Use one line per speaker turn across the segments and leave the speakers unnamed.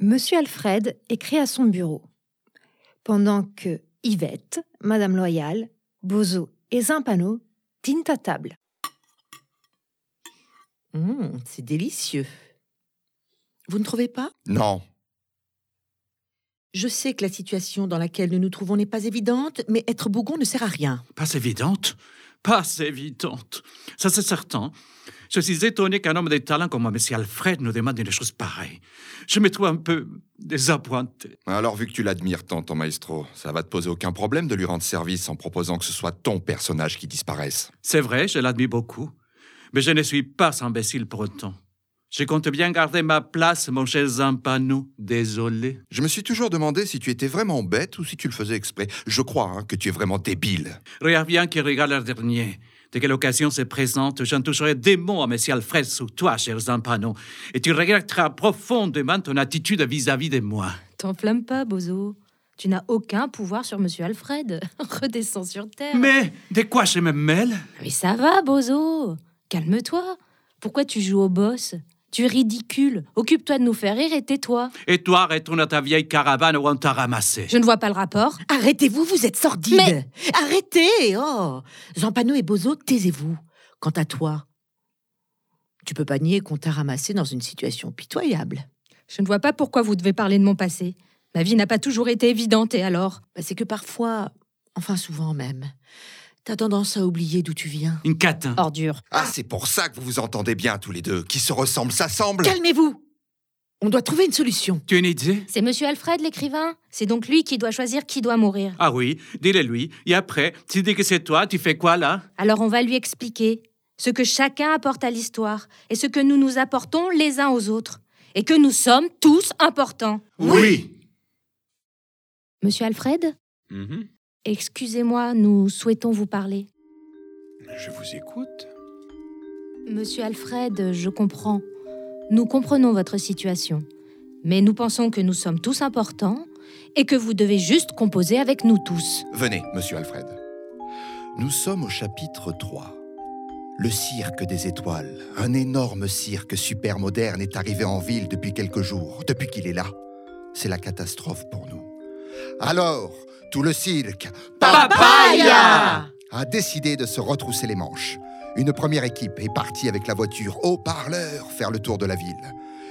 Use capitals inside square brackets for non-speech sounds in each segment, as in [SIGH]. Monsieur Alfred écrit à son bureau. Pendant que Yvette, Madame Loyal, Bozo et Zimpano dînent à table.
Hum, c'est délicieux. Vous ne trouvez pas
Non.
Je sais que la situation dans laquelle nous nous trouvons n'est pas évidente, mais être bougon ne sert à rien.
Pas évidente Pas évidente. Ça, c'est certain. Je suis étonné qu'un homme des talents comme moi, M. Alfred, nous demande une chose pareille. Je me trouve un peu désappointé.
Alors, vu que tu l'admires tant, ton maestro, ça va te poser aucun problème de lui rendre service en proposant que ce soit ton personnage qui disparaisse.
C'est vrai, je l'admire beaucoup. Mais je ne suis pas imbécile pour autant. Je compte bien garder ma place, mon cher Zampano. Désolé.
Je me suis toujours demandé si tu étais vraiment bête ou si tu le faisais exprès. Je crois hein, que tu es vraiment débile.
Regarde bien qui regarde l'an dernier. De quelle occasion se présente, j'en toucherai des mots à Monsieur Alfred sous toi, cher Zampano. Et tu regretteras profondément ton attitude vis-à-vis de moi.
T'enflamme pas, Bozo. Tu n'as aucun pouvoir sur Monsieur Alfred. [LAUGHS] Redescends sur terre.
Mais de quoi je me mêle
Mais ça va, Bozo. Calme-toi. Pourquoi tu joues au boss Tu es ridicule. Occupe-toi de nous faire rire et tais-toi.
Et toi, retourne à ta vieille caravane où on t'a ramassé.
Je ne vois pas le rapport.
Arrêtez-vous, vous êtes sordide.
Mais-
Arrêtez Oh Zampano et Bozo, taisez-vous. Quant à toi, tu peux pas nier qu'on t'a ramassé dans une situation pitoyable.
Je ne vois pas pourquoi vous devez parler de mon passé. Ma vie n'a pas toujours été évidente, et alors
Bah, C'est que parfois, enfin souvent même, t'as tendance à oublier d'où tu viens.
Une catin.
Ordure.
Ah, c'est pour ça que vous vous entendez bien tous les deux. Qui se ressemblent, s'assemblent.
Calmez-vous On doit trouver une solution.
Tu as une idée
C'est Monsieur Alfred, l'écrivain C'est donc lui qui doit choisir qui doit mourir.
Ah oui, dis-le-lui. Et après, tu dis que c'est toi, tu fais quoi là
Alors on va lui expliquer ce que chacun apporte à l'histoire et ce que nous nous apportons les uns aux autres. Et que nous sommes tous importants.
Oui.
Monsieur Alfred, excusez-moi, nous souhaitons vous parler.
Je vous écoute.
Monsieur Alfred, je comprends. Nous comprenons votre situation. Mais nous pensons que nous sommes tous importants et que vous devez juste composer avec nous tous.
Venez, monsieur Alfred. Nous sommes au chapitre 3. Le cirque des étoiles, un énorme cirque super moderne, est arrivé en ville depuis quelques jours, depuis qu'il est là. C'est la catastrophe pour nous. Alors, tout le cirque
Papaya
a décidé de se retrousser les manches. Une première équipe est partie avec la voiture haut-parleur faire le tour de la ville.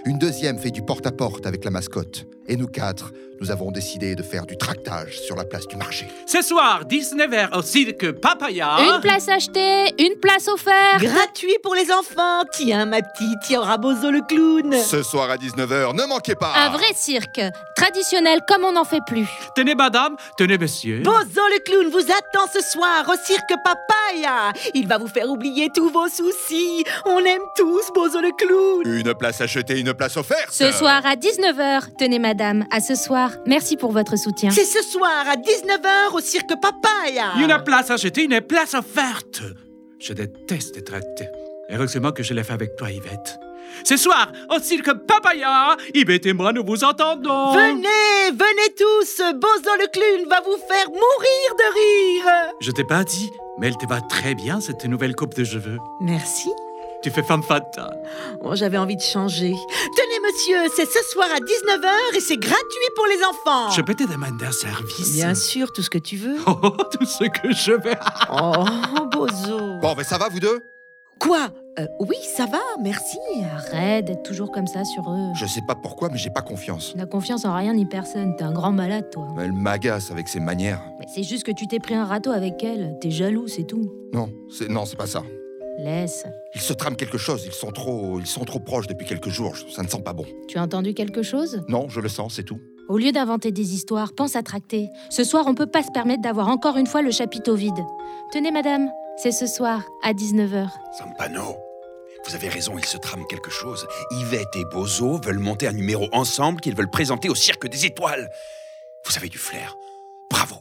Une deuxième fait du porte-à-porte avec la mascotte. Et nous quatre, nous avons décidé de faire du tractage sur la place du marché.
Ce soir, 19h au cirque Papaya.
Une place achetée, une place offerte.
Gratuit pour les enfants Tiens, ma petite, il y aura Bozo le clown
Ce soir à 19h, ne manquez pas
Un vrai cirque, traditionnel comme on n'en fait plus.
Tenez, madame, tenez, monsieur.
Bozo le clown vous attend ce soir au cirque Papaya Il va vous faire oublier tous vos soucis On aime tous Bozo le clown
Une place achetée, une place offerte
Ce soir à 19h, tenez madame, à ce soir. Merci pour votre soutien.
C'est ce soir à 19h au cirque Papaya
Une place achetée, une place offerte. Je déteste être traité. Heureusement que je l'ai fait avec toi, Yvette. Ce soir, au cirque Papaya, Yvette et moi, nous vous entendons.
Venez, venez tous Bozo le clown va vous faire mourir de rire
Je t'ai pas dit, mais elle te va très bien, cette nouvelle coupe de cheveux.
Merci,
Tu fais femme fatale.
Oh, j'avais envie de changer. Tenez monsieur, c'est ce soir à 19h et c'est gratuit pour les enfants
Je peux te demander un service
Ah. Bien sûr, tout ce que tu veux.
[LAUGHS] Oh, tout ce que je vais.
Oh, [LAUGHS] Bozo
Bon, mais ça va, vous deux
Quoi Euh, Oui, ça va, merci.
Arrête d'être toujours comme ça sur eux.
Je sais pas pourquoi, mais j'ai pas confiance.
Tu n'as confiance en rien ni personne, t'es un grand malade toi.
Elle m'agace avec ses manières.
Mais c'est juste que tu t'es pris un râteau avec elle, t'es jaloux, c'est tout.
Non, c'est non, c'est pas ça.
Laisse.
Ils se trament quelque chose, ils sont trop ils sont trop proches depuis quelques jours, je- ça ne sent pas bon.
Tu as entendu quelque chose
Non, je le sens, c'est tout.
Au lieu d'inventer des histoires, pense à tracter. Ce soir, on peut pas se permettre d'avoir encore une fois le chapiteau vide. Tenez madame, c'est ce soir à 19h.
Zampano, vous avez raison, il se trame quelque chose. Yvette et Bozo veulent monter un numéro ensemble qu'ils veulent présenter au Cirque des Étoiles. Vous avez du flair. Bravo.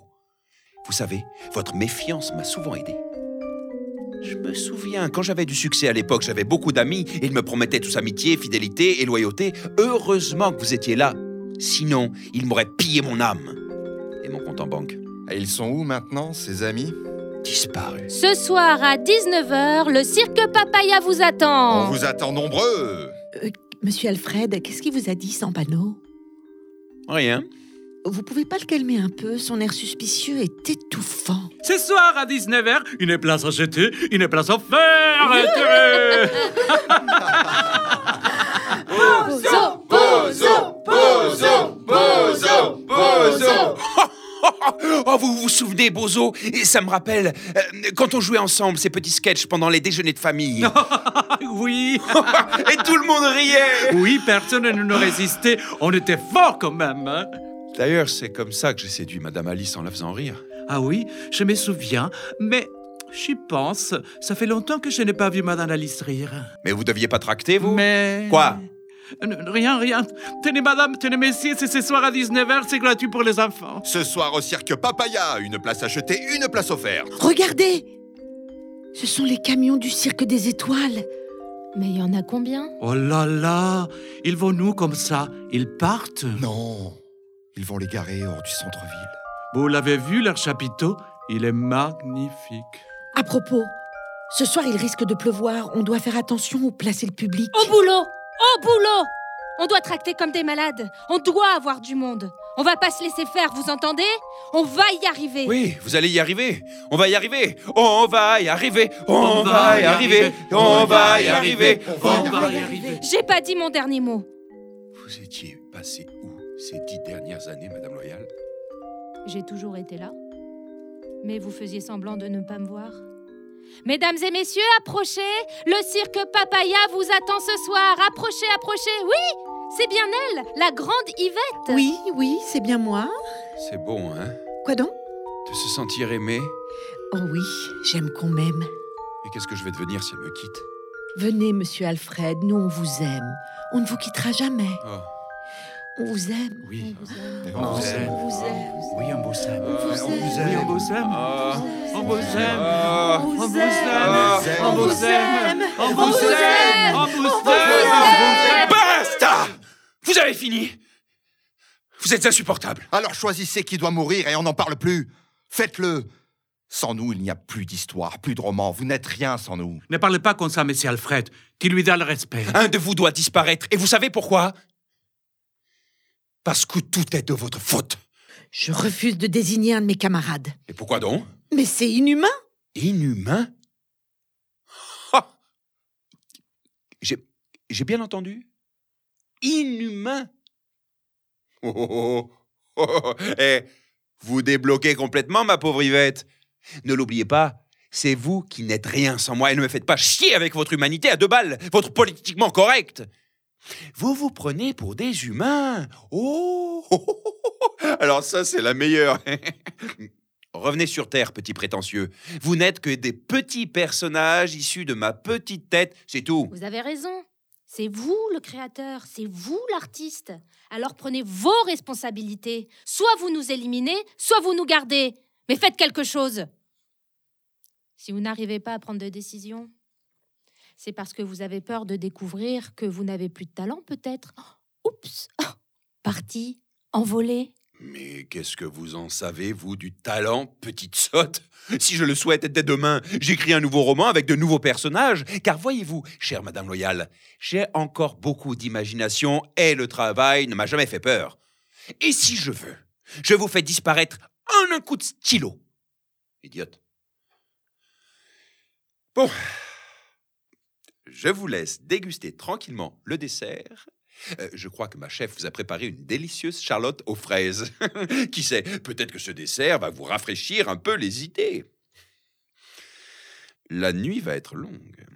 Vous savez, votre méfiance m'a souvent aidé. Je me souviens, quand j'avais du succès à l'époque, j'avais beaucoup d'amis et ils me promettaient tous amitié, fidélité et loyauté. Heureusement que vous étiez là. Sinon, ils m'auraient pillé mon âme et mon compte en banque.
Et ils sont où maintenant, ces amis
Disparu.
Ce soir à 19h, le cirque Papaya vous attend.
On vous attend nombreux
Monsieur Alfred, qu'est-ce qu'il vous a dit sans panneau
Rien.
Vous pouvez pas le calmer un peu Son air suspicieux est étouffant.
Ce soir à 19h, une place à jeter, une place à faire. tirer.
Oh, vous vous souvenez, Bozo Et Ça me rappelle euh, quand on jouait ensemble ces petits sketchs pendant les déjeuners de famille.
[LAUGHS] oui,
Et tout le monde riait
oui, personne ne nous résistait. On était forts quand même. hein.
D'ailleurs, c'est comme ça que j'ai séduit Madame Alice en la faisant rire.
Ah oui, je me souviens, mais j'y pense. Ça fait longtemps que je n'ai pas vu Madame Alice rire.
Mais vous deviez pas tracter, vous
Mais.
Quoi
N- Rien, rien. Tenez, madame, tenez, messieurs, c'est ce soir à 19h, c'est gratuit pour les enfants.
Ce soir au cirque Papaya, une place achetée, une place offerte.
Regardez Ce sont les camions du cirque des étoiles.
Mais il y en a combien
Oh là là, ils vont nous comme ça, ils partent.
Non, ils vont les garer hors du centre-ville.
Vous l'avez vu, leur chapiteau Il est magnifique.
À propos, ce soir il risque de pleuvoir. On doit faire attention où placer le public.
Au boulot Au boulot On doit tracter comme des malades. On doit avoir du monde. On va pas se laisser faire, vous entendez On va y arriver.
Oui, vous allez y arriver. On va y arriver. On va y arriver. On, va y arriver. On va y arriver.
Oh, On va y arriver.
J'ai pas dit mon dernier mot.
Vous étiez passé où ces dix dernières années, Madame Loyal
J'ai toujours été là. Mais vous faisiez semblant de ne pas me voir. Mesdames et messieurs, approchez Le cirque Papaya vous attend ce soir. Approchez, approchez Oui C'est bien elle, la grande Yvette
Oui, oui, c'est bien moi.
C'est bon, hein
Quoi donc
De se sentir aimé.
Oh oui, j'aime qu'on m'aime.
Et qu'est-ce que je vais devenir si elle me quitte
Venez, monsieur Alfred, nous on vous aime. On ne vous quittera jamais.
Oh.
On vous aime.
Oui,
On vous aime. Euh,
On vous aime.
oui, on vous aime.
On vous
Oui, on vous aime.
Ah.
On vous aime.
Ah.
On vous
Ah.
aime. On vous aime. On
On
vous
vous
aime.
aime.
On vous aime.
Basta Vous avez fini Vous êtes insupportable.
Alors choisissez qui doit mourir et on n'en parle plus. Faites-le. Sans nous, il n'y a plus d'histoire, plus de roman. Vous n'êtes rien sans nous.
Ne parlez pas comme ça, monsieur Alfred. Tu lui donnes le respect.
Un de vous doit disparaître. Et vous savez pourquoi Parce que tout est de votre faute.
Je refuse de désigner un de mes camarades.
Et pourquoi donc
Mais c'est inhumain.
Inhumain Ah J'ai j'ai bien entendu Inhumain Oh, oh, oh, oh, oh, oh. Eh, Vous débloquez complètement, ma pauvre Yvette Ne l'oubliez pas, c'est vous qui n'êtes rien sans moi et ne me faites pas chier avec votre humanité à deux balles, votre politiquement correct Vous vous prenez pour des humains Oh, oh, oh, oh, oh. Alors ça, c'est la meilleure [LAUGHS] Revenez sur Terre, petit prétentieux. Vous n'êtes que des petits personnages issus de ma petite tête, c'est tout.
Vous avez raison. C'est vous le créateur, c'est vous l'artiste. Alors prenez vos responsabilités. Soit vous nous éliminez, soit vous nous gardez. Mais faites quelque chose. Si vous n'arrivez pas à prendre de décision, c'est parce que vous avez peur de découvrir que vous n'avez plus de talent peut-être. Oh, Oups, parti, envolé.
Mais qu'est-ce que vous en savez, vous, du talent, petite sotte Si je le souhaite, dès demain, j'écris un nouveau roman avec de nouveaux personnages. Car voyez-vous, chère Madame Loyal, j'ai encore beaucoup d'imagination et le travail ne m'a jamais fait peur. Et si je veux, je vous fais disparaître en un coup de stylo. Idiote. Bon. Je vous laisse déguster tranquillement le dessert. Euh, je crois que ma chef vous a préparé une délicieuse charlotte aux fraises. [LAUGHS] Qui sait, peut-être que ce dessert va vous rafraîchir un peu les idées. La nuit va être longue.